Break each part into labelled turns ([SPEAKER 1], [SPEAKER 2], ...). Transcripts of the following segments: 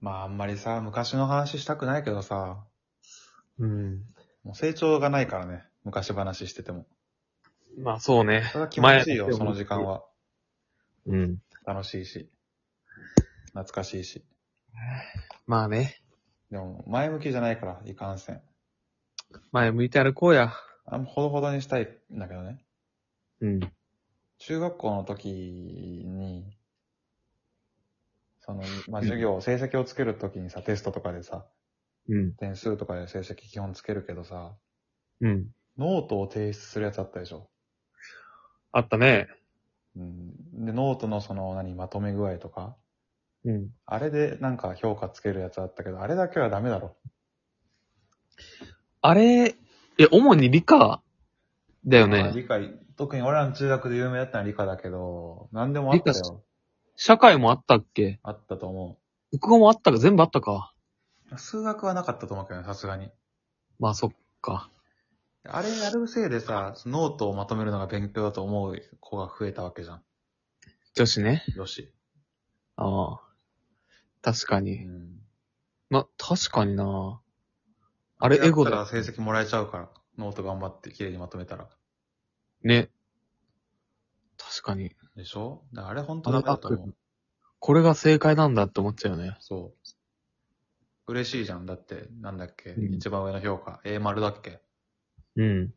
[SPEAKER 1] まああんまりさ、昔の話したくないけどさ、
[SPEAKER 2] うん。
[SPEAKER 1] もう成長がないからね、昔話してても。
[SPEAKER 2] まあそうね。
[SPEAKER 1] それは気持ちいいよ、
[SPEAKER 2] 前
[SPEAKER 1] その時間は。
[SPEAKER 2] うん。
[SPEAKER 1] 楽しいし。懐かしいし。
[SPEAKER 2] まあね。
[SPEAKER 1] でも、前向きじゃないから、いかんせん。
[SPEAKER 2] 前向いて歩こうや。
[SPEAKER 1] あんほどほどにしたいんだけどね。
[SPEAKER 2] うん。
[SPEAKER 1] 中学校の時に、その、まあ、授業、成績をつけるときにさ、テストとかでさ、
[SPEAKER 2] うん。
[SPEAKER 1] 点数とかで成績基本つけるけどさ、
[SPEAKER 2] うん。
[SPEAKER 1] ノートを提出するやつあったでしょ。
[SPEAKER 2] あったね。
[SPEAKER 1] うん。で、ノートのその、何、まとめ具合とか、
[SPEAKER 2] うん。
[SPEAKER 1] あれでなんか評価つけるやつあったけど、あれだけはダメだろ。
[SPEAKER 2] あれ、え、主に理科だよ
[SPEAKER 1] まあ
[SPEAKER 2] ね。
[SPEAKER 1] 理解、特に俺らの中学で有名だったのは理科だけど、何でもあった
[SPEAKER 2] 理科
[SPEAKER 1] よ。
[SPEAKER 2] 社会もあったっけ
[SPEAKER 1] あったと思
[SPEAKER 2] 国語もあったか全部あったか。
[SPEAKER 1] う。数学はなかったと思うけどね、さすがに。
[SPEAKER 2] まあそっか。
[SPEAKER 1] あれやるせいでさ、ノートをまとめるのが勉強だと思う子が増えたわけじゃん。
[SPEAKER 2] 女子ね。
[SPEAKER 1] よし。
[SPEAKER 2] ああ。確か
[SPEAKER 1] う
[SPEAKER 2] に。
[SPEAKER 1] ん。
[SPEAKER 2] ま、確かになあれエゴ
[SPEAKER 1] や
[SPEAKER 2] だ
[SPEAKER 1] った。ら成績もらえちゃうから、ノート頑張って綺麗にまとめたら。
[SPEAKER 2] ね。確かに。
[SPEAKER 1] でしょだからあれ本当ダメだと思
[SPEAKER 2] あれ
[SPEAKER 1] う。
[SPEAKER 2] これが正解なんだって思っちゃうよね。
[SPEAKER 1] そう。嬉しいじゃん。だって、なんだっけ、
[SPEAKER 2] うん
[SPEAKER 1] 一番上の評価。A 丸だっけ
[SPEAKER 2] うん。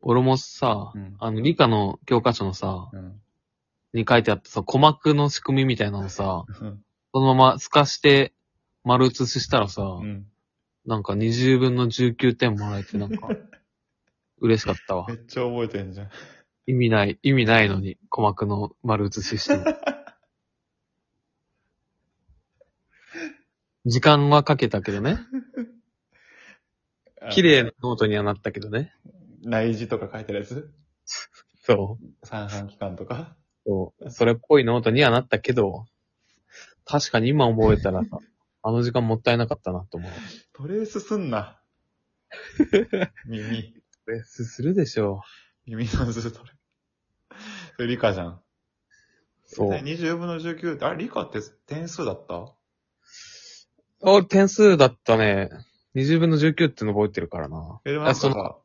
[SPEAKER 2] 俺もさ、
[SPEAKER 1] うん
[SPEAKER 2] あの、理科の教科書のさ、
[SPEAKER 1] うん。
[SPEAKER 2] に書いてあったさ、鼓膜の仕組みみたいなのさ、
[SPEAKER 1] うん
[SPEAKER 2] そのまま透かして丸写ししたらさ、
[SPEAKER 1] うん。
[SPEAKER 2] なんか20分の19点もらえてなんか、嬉しかったわ
[SPEAKER 1] め。っちゃ覚えてんじゃん。
[SPEAKER 2] 意味ない、意味ないのに鼓膜の丸写ししても。時間はかけたけどね。綺麗なノートにはなったけどね。
[SPEAKER 1] 内耳とか書いてるやつ
[SPEAKER 2] そう。
[SPEAKER 1] 三半規管とか
[SPEAKER 2] そう。それっぽいノートにはなったけど、確かに今思えたら さ、あの時間もったいなかったなと思う。
[SPEAKER 1] トレースすん な。耳。
[SPEAKER 2] レッスするでしょ
[SPEAKER 1] 耳のずトレ。それ理科じゃん。
[SPEAKER 2] う。そう。
[SPEAKER 1] 20分の19って、あれ理科って点数だった
[SPEAKER 2] お、点数だったね。20分の19っての覚えてるからな。
[SPEAKER 1] え、でもな
[SPEAKER 2] あ
[SPEAKER 1] んか
[SPEAKER 2] その
[SPEAKER 1] さ、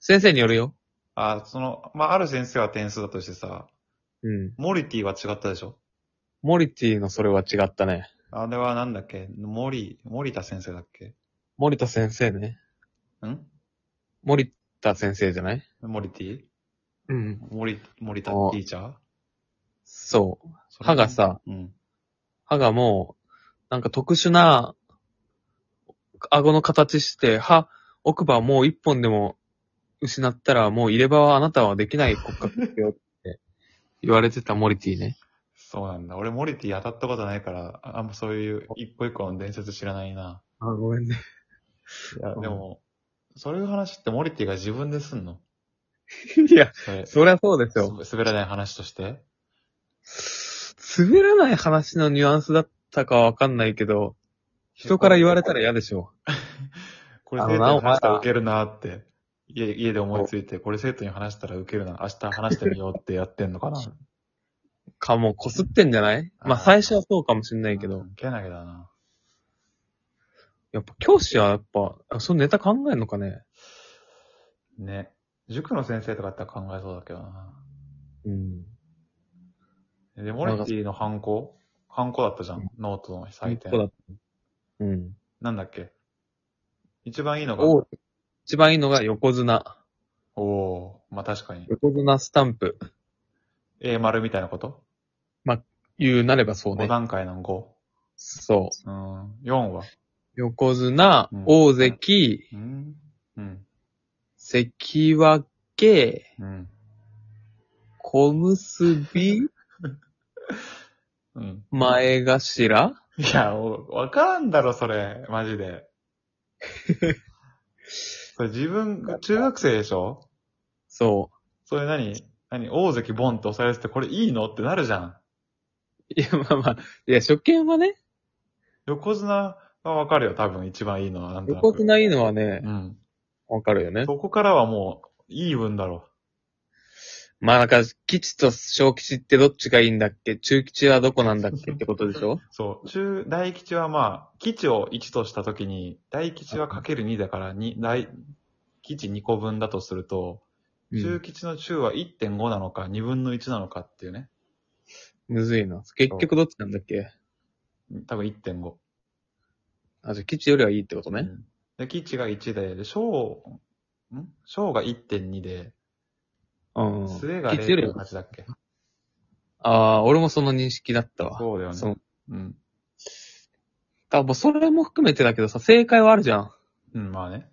[SPEAKER 2] 先生によるよ。
[SPEAKER 1] あ、その、まあ、ある先生は点数だとしてさ、
[SPEAKER 2] うん。
[SPEAKER 1] モリティは違ったでしょ
[SPEAKER 2] モリティのそれは違ったね。
[SPEAKER 1] あれはなんだっけモリ、森田先生だっけ
[SPEAKER 2] 森田先生ね。
[SPEAKER 1] ん
[SPEAKER 2] 森田先生じゃない
[SPEAKER 1] モリティ
[SPEAKER 2] うん。
[SPEAKER 1] 森、森田テ
[SPEAKER 2] お
[SPEAKER 1] ィーチャー
[SPEAKER 2] そう。
[SPEAKER 1] それ
[SPEAKER 2] 歯がさ、
[SPEAKER 1] うん。
[SPEAKER 2] 歯がもう、なんか特殊な、顎の形して、歯、奥歯もう一本でも失ったら、もう入れ歯はあなたはできない骨格ですよって言われてたモリティね。
[SPEAKER 1] そうなんだ。俺、モリティ当たったことないから、ああんまそういう一個一個の伝説知らないな。
[SPEAKER 2] あ、ごめんね。
[SPEAKER 1] いや、でも、そういう話ってモリティが自分ですんの
[SPEAKER 2] いや、
[SPEAKER 1] それ、
[SPEAKER 2] そりゃそうですよ。
[SPEAKER 1] す滑らない話として
[SPEAKER 2] 滑らない話のニュアンスだったかはわかんないけど、人から言われたら嫌でしょ。
[SPEAKER 1] これ
[SPEAKER 2] あ
[SPEAKER 1] 生徒
[SPEAKER 2] のな
[SPEAKER 1] に
[SPEAKER 2] お
[SPEAKER 1] 話
[SPEAKER 2] 前ら
[SPEAKER 1] したらウケるなって。家、家で思いついて、これ生徒に話したらウケるな。明日話してみようってやってんのか な
[SPEAKER 2] かも、こすってんじゃないまあ
[SPEAKER 1] あー
[SPEAKER 2] 最初はそうかもしんないけ
[SPEAKER 1] う
[SPEAKER 2] ど
[SPEAKER 1] ん、けなげだな。
[SPEAKER 2] やっぱ教師はやっぱ、あそのネタ考えんのかね
[SPEAKER 1] ね。塾の先生とかだったら考えそうだけどな。
[SPEAKER 2] うん。
[SPEAKER 1] で、モリティのハンコハンコだったじゃん。ノートの採
[SPEAKER 2] そうだ
[SPEAKER 1] 点。
[SPEAKER 2] った。うん。
[SPEAKER 1] なんだっけ一番いいのが、お
[SPEAKER 2] を、一番いいのが横綱。
[SPEAKER 1] おーまあ確かに。
[SPEAKER 2] 横綱スタンプ。
[SPEAKER 1] A 丸みたいなこと
[SPEAKER 2] いうなればそう
[SPEAKER 1] ?5
[SPEAKER 2] ね。
[SPEAKER 1] 段階の5。
[SPEAKER 2] そう。
[SPEAKER 1] うん。4は
[SPEAKER 2] 横綱
[SPEAKER 1] うん、
[SPEAKER 2] 大関、
[SPEAKER 1] うん。うん。
[SPEAKER 2] 関脇、
[SPEAKER 1] うん。
[SPEAKER 2] 小結び、
[SPEAKER 1] うん。
[SPEAKER 2] 前頭
[SPEAKER 1] いや、おわからんだろ、それ。マジで。 それ自分、中学生でしょ
[SPEAKER 2] そ
[SPEAKER 1] それ何何大関ボンって押されてて、これいいのってなるじゃん。
[SPEAKER 2] う。い や、まあまあ、いや、初見はね、
[SPEAKER 1] 横綱はわかるよ、多分一番いいのは。なんとなく
[SPEAKER 2] 横綱いいのはね
[SPEAKER 1] う、ん。
[SPEAKER 2] わかるよね。
[SPEAKER 1] そこからはもう、イーブンだろ。
[SPEAKER 2] まあなんか、吉と小吉ってどっちがいいんだっけ中吉はどこなんだっけってことでしょ
[SPEAKER 1] そう、中、大吉はまあ、吉を1としたときに、大吉はかける2だから、に大、吉2個分だとすると、中吉の中は1.5なのか、2分の1なのかっていうね。
[SPEAKER 2] むずいな。結局どっちなんだっけ
[SPEAKER 1] 多分1.5。
[SPEAKER 2] あ、じゃあ吉よりはいいってことね。
[SPEAKER 1] うんで、吉が1で、で、小、ん小が1.2で、
[SPEAKER 2] うん。
[SPEAKER 1] 末が
[SPEAKER 2] 吉よりは、
[SPEAKER 1] 0.8だっけ
[SPEAKER 2] ああ、俺もその認識だったわ。
[SPEAKER 1] そうだよね。
[SPEAKER 2] そう。
[SPEAKER 1] うん。
[SPEAKER 2] 多分それも含めてだけどさ、正解はあるじゃん。
[SPEAKER 1] うん、まあね。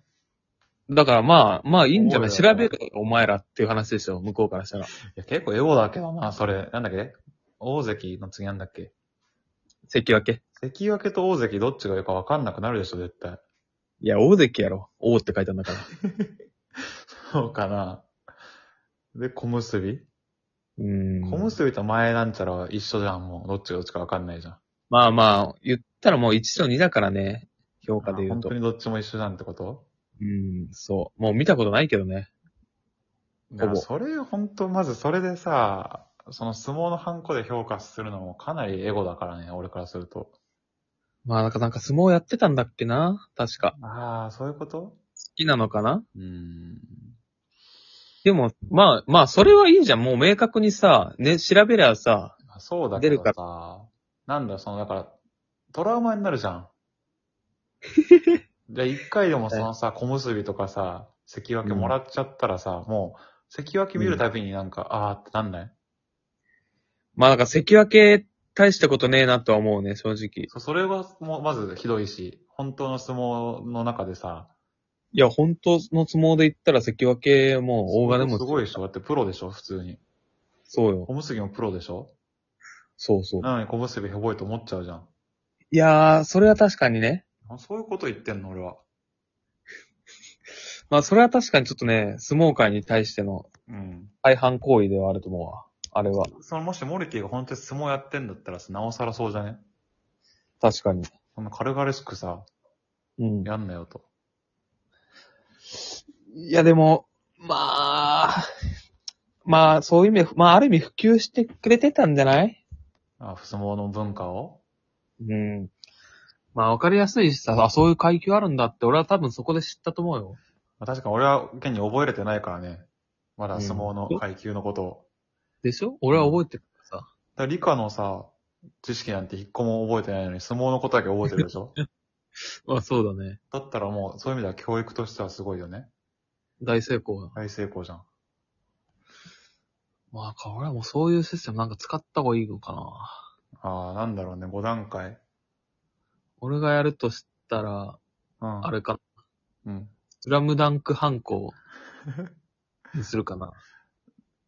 [SPEAKER 2] だからまあ、まあいいんじゃない
[SPEAKER 1] そ
[SPEAKER 2] 調
[SPEAKER 1] うだよ
[SPEAKER 2] べるお前らっていう話でしょ、向こうからしたら。
[SPEAKER 1] いや、結構エゴだけどな、それ。なんだっけ大関の次なんだっけ
[SPEAKER 2] 関脇。
[SPEAKER 1] 関脇と大関どっちがいいか分かんなくなるでしょ、絶対。
[SPEAKER 2] いや、大関やろ。王って書いてあるんだから。
[SPEAKER 1] そうかな。で、小結び、
[SPEAKER 2] うん。
[SPEAKER 1] 小結びと前なんちゃらは一緒じゃん、もう。どっちがどっちか分かんないじゃん。
[SPEAKER 2] まあまあ、言ったらもう1と2だからね。評価で
[SPEAKER 1] あ
[SPEAKER 2] 言う
[SPEAKER 1] 本
[SPEAKER 2] と
[SPEAKER 1] 当。にどっちも一緒じゃんってこと
[SPEAKER 2] うん、そう。もう見たことないけどね。
[SPEAKER 1] い
[SPEAKER 2] ほ
[SPEAKER 1] や、
[SPEAKER 2] ぼ
[SPEAKER 1] それ、本当まずそれでさ、その相撲のハンコで評価するのもかなりエゴだからね、俺からすると。
[SPEAKER 2] まあなんか、なんか相撲やってたんだっけな確か。
[SPEAKER 1] ああ、そういうこと
[SPEAKER 2] 好きなのかな
[SPEAKER 1] うん。
[SPEAKER 2] でも、まあ、まあ、それはいいじゃん。もう明確にさ、ね、調べりゃさ、
[SPEAKER 1] まあそうだけど
[SPEAKER 2] 出る
[SPEAKER 1] さ、なんだ、その、だから、トラウマになるじゃ ん。じゃあ一回でもそのさ、小結びとかさ、関脇もらっちゃったらさ、もう、関脇見るたびになんか、あーってなんない
[SPEAKER 2] まあなんか関脇大したことねえなとは思うね、正直。い
[SPEAKER 1] そそれはもうまずひどいし、本当の相撲の中でさ、
[SPEAKER 2] や、本当の相撲で言ったら関脇も大金持ち。
[SPEAKER 1] すごいでしょだってプロでしょ普通に。
[SPEAKER 2] そうよ。
[SPEAKER 1] 小結びもプロでしょ
[SPEAKER 2] そうそう。
[SPEAKER 1] なのに小結びヘボいと思っちゃうじゃん。
[SPEAKER 2] いやー、それは確かにね。
[SPEAKER 1] あそういうこと言ってんの俺は。
[SPEAKER 2] まあそれは確かにちょっとね、相撲界に対しての
[SPEAKER 1] うん。
[SPEAKER 2] 大反行為ではあると思うわ。あれは。
[SPEAKER 1] その、もしモリティが本当に相撲やってんだったらさ、なおさらそうじゃね
[SPEAKER 2] 確かに。
[SPEAKER 1] そんな軽々しくさ、
[SPEAKER 2] うん。
[SPEAKER 1] やんなよと。
[SPEAKER 2] いや、でも、まあ、まあ、そういう意味で、まあ、ある意味普及してくれてたんじゃない
[SPEAKER 1] あ、相撲の文化を
[SPEAKER 2] うん。まあ、わかりやすいしさ、あ、そういう階級あるんだって、俺は多分そこで知ったと思うよ。
[SPEAKER 1] まあ確かに俺は現に覚えれてないからね。まだ相撲の
[SPEAKER 2] うん
[SPEAKER 1] 階級のことを。
[SPEAKER 2] でしょ俺は覚えてるからさ。
[SPEAKER 1] だから理科のさ、知識なんて一個も覚えてないのに相撲のことだけ覚えてるでし ょ
[SPEAKER 2] まあ、そうだね。
[SPEAKER 1] だったらもうそういう意味では教育としてはすごいよね。
[SPEAKER 2] 大成功だ。
[SPEAKER 1] 大成功じゃん。
[SPEAKER 2] まあ、か俺はもうそういうシステムなんか使った方がいいのかな。
[SPEAKER 1] ああ、なんだろうね、5段階。
[SPEAKER 2] 俺がやるとしたら、
[SPEAKER 1] うん。
[SPEAKER 2] あれか、
[SPEAKER 1] うん。
[SPEAKER 2] スラムダンク犯行にするかな。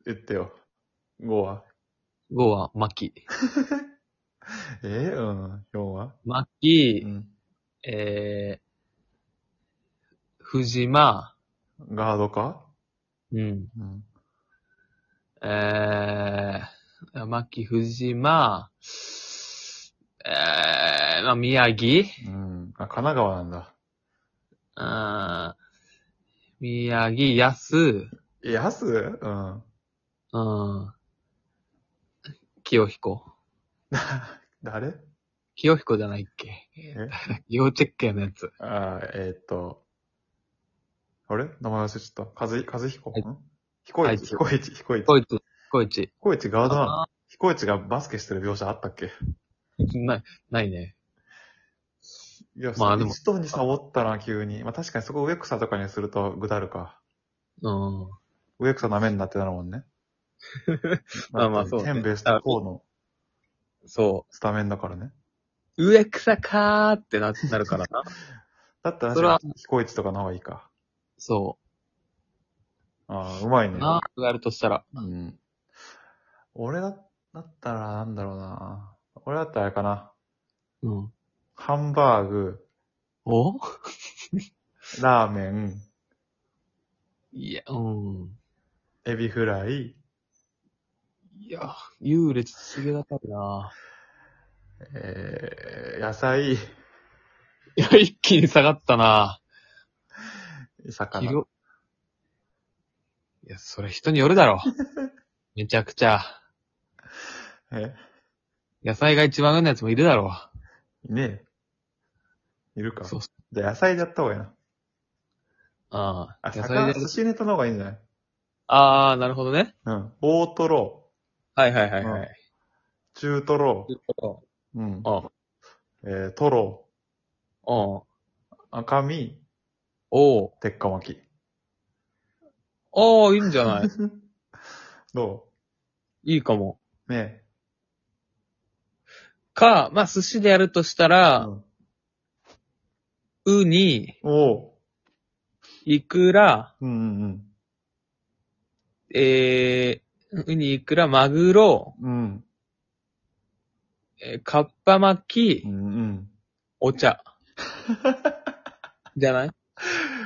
[SPEAKER 1] 言ってよ。5は。
[SPEAKER 2] 5は、巻き。
[SPEAKER 1] えー、うん。4は
[SPEAKER 2] 巻き、
[SPEAKER 1] うん。
[SPEAKER 2] えー、藤間、
[SPEAKER 1] ガードか
[SPEAKER 2] うん、
[SPEAKER 1] うん。
[SPEAKER 2] えー、山木藤間、えー、まあ、宮城、
[SPEAKER 1] うん。あ、神奈川なんだ。
[SPEAKER 2] うん、宮城、安、
[SPEAKER 1] え、やすうん。
[SPEAKER 2] うん、清彦。
[SPEAKER 1] 誰
[SPEAKER 2] 清彦じゃないっけ
[SPEAKER 1] え
[SPEAKER 2] 要チェックやのやつ。
[SPEAKER 1] あーえーっと。あれ名前忘れちゃった。和い、和彦、
[SPEAKER 2] はい
[SPEAKER 1] ん彦
[SPEAKER 2] は
[SPEAKER 1] 一、
[SPEAKER 2] い
[SPEAKER 1] 彦一、彦一。
[SPEAKER 2] こいつ、こいつ。
[SPEAKER 1] 彦一ガードなの
[SPEAKER 2] あ
[SPEAKER 1] 彦一がバスケしてる描写あったっけ
[SPEAKER 2] ーない、ないね。
[SPEAKER 1] いや、
[SPEAKER 2] まあ
[SPEAKER 1] そ
[SPEAKER 2] で
[SPEAKER 1] う
[SPEAKER 2] も
[SPEAKER 1] 一度にサボったな、急に。まあ確かにそこ上草とかにするとぐだるか。
[SPEAKER 2] うん。
[SPEAKER 1] 上草舐めんなってなるもんね。
[SPEAKER 2] まあまあそうね
[SPEAKER 1] 天ベスト4の
[SPEAKER 2] そ
[SPEAKER 1] スタメンだからね。
[SPEAKER 2] う。上草かーってな、な るからな。
[SPEAKER 1] だったら、
[SPEAKER 2] それは
[SPEAKER 1] 彦一とかの方がいいか。
[SPEAKER 2] そう。
[SPEAKER 1] ああ、うまいね。
[SPEAKER 2] なぁ、やるとしたら。
[SPEAKER 1] うん。俺だだったら、なんだろうな。俺だったらあれかな。
[SPEAKER 2] うん。
[SPEAKER 1] ハンバーグ、
[SPEAKER 2] お
[SPEAKER 1] ラーメン、
[SPEAKER 2] いや、うん。
[SPEAKER 1] エビフライ、
[SPEAKER 2] いや、優劣すげえ高いな
[SPEAKER 1] えー、野菜、
[SPEAKER 2] ぁ。いや、一気に下がったなぁ。
[SPEAKER 1] 魚。
[SPEAKER 2] 広。いや、それ人によるだろ。めちゃくちゃ。
[SPEAKER 1] え
[SPEAKER 2] 野菜が一番上のやつもいるだろ
[SPEAKER 1] いねえ。いる
[SPEAKER 2] う。
[SPEAKER 1] か。
[SPEAKER 2] そうっす。
[SPEAKER 1] じゃあ野菜でやった方がいいな。
[SPEAKER 2] ああ
[SPEAKER 1] あ、。
[SPEAKER 2] 野菜
[SPEAKER 1] 魚、
[SPEAKER 2] で
[SPEAKER 1] 寿。司ネタの方がいいんじゃない
[SPEAKER 2] ああ、なるほどね。
[SPEAKER 1] うん。大トロ、
[SPEAKER 2] はいはいはいはい。
[SPEAKER 1] 中トロ、
[SPEAKER 2] うん
[SPEAKER 1] うん。
[SPEAKER 2] あ
[SPEAKER 1] えー、トロ、
[SPEAKER 2] お
[SPEAKER 1] 赤身、
[SPEAKER 2] お
[SPEAKER 1] 鉄火巻き。
[SPEAKER 2] おーいいんじ ゃない
[SPEAKER 1] ど
[SPEAKER 2] いいかも。
[SPEAKER 1] うね
[SPEAKER 2] か、まあ、寿司でやるとした
[SPEAKER 1] え。
[SPEAKER 2] ら
[SPEAKER 1] う、ん、
[SPEAKER 2] ウニ、
[SPEAKER 1] おう。
[SPEAKER 2] イクラ、
[SPEAKER 1] うんうん
[SPEAKER 2] えー、ウニ、イクラ、マグロ、
[SPEAKER 1] うん。うん。
[SPEAKER 2] えーカッパ巻
[SPEAKER 1] う
[SPEAKER 2] き、
[SPEAKER 1] んうん。
[SPEAKER 2] お茶。じゃない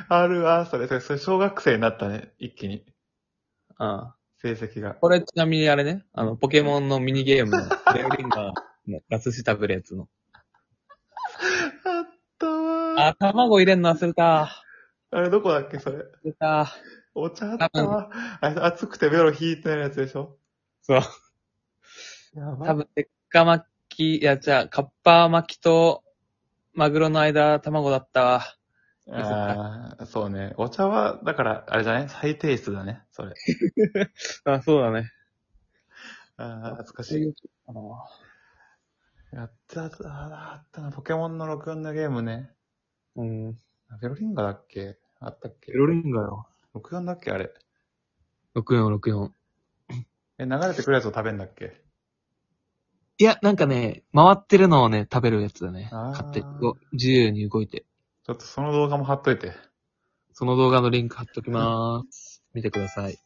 [SPEAKER 1] あるわ、それ。それ、それ小学生になったね。一気に。
[SPEAKER 2] うん。
[SPEAKER 1] 成績が。
[SPEAKER 2] これちなみにあれね、あの、ポケモンのミニゲームの、レオリンガーが寿司食べるやつの。
[SPEAKER 1] あったわ
[SPEAKER 2] あ、卵入れんの忘れた。
[SPEAKER 1] あれ、どこだっけ、それ。
[SPEAKER 2] 忘れた。
[SPEAKER 1] お茶あったわ。あれ、熱くてベロ引いてないやつでしょ
[SPEAKER 2] そう。
[SPEAKER 1] やば
[SPEAKER 2] 多
[SPEAKER 1] い。
[SPEAKER 2] 分、鉄火巻き、いや、じゃあ、カッパ巻きと、マグロの間、卵だったわ。
[SPEAKER 1] ああ、そうね。お茶は、だから、あれじゃない再提出だね、それ。
[SPEAKER 2] あ、そうだね。
[SPEAKER 1] ああ、懐かし
[SPEAKER 2] そう
[SPEAKER 1] い。
[SPEAKER 2] いうあの
[SPEAKER 1] やった、あーあったな、ポケモンの64のゲームね。
[SPEAKER 2] うん。
[SPEAKER 1] あベロリンガだっけあったっけ
[SPEAKER 2] ロリンガよ。
[SPEAKER 1] 64だっけあれ。
[SPEAKER 2] 64、64。
[SPEAKER 1] え、流れてくるやつを食べんだっけ
[SPEAKER 2] いや、なんかね、回ってるのをね、食べるやつだね。
[SPEAKER 1] あー
[SPEAKER 2] 買って、こう自由に動いて。
[SPEAKER 1] ちょっとその動画も貼っといて。
[SPEAKER 2] その動画のリンク貼っときまーす。見てください。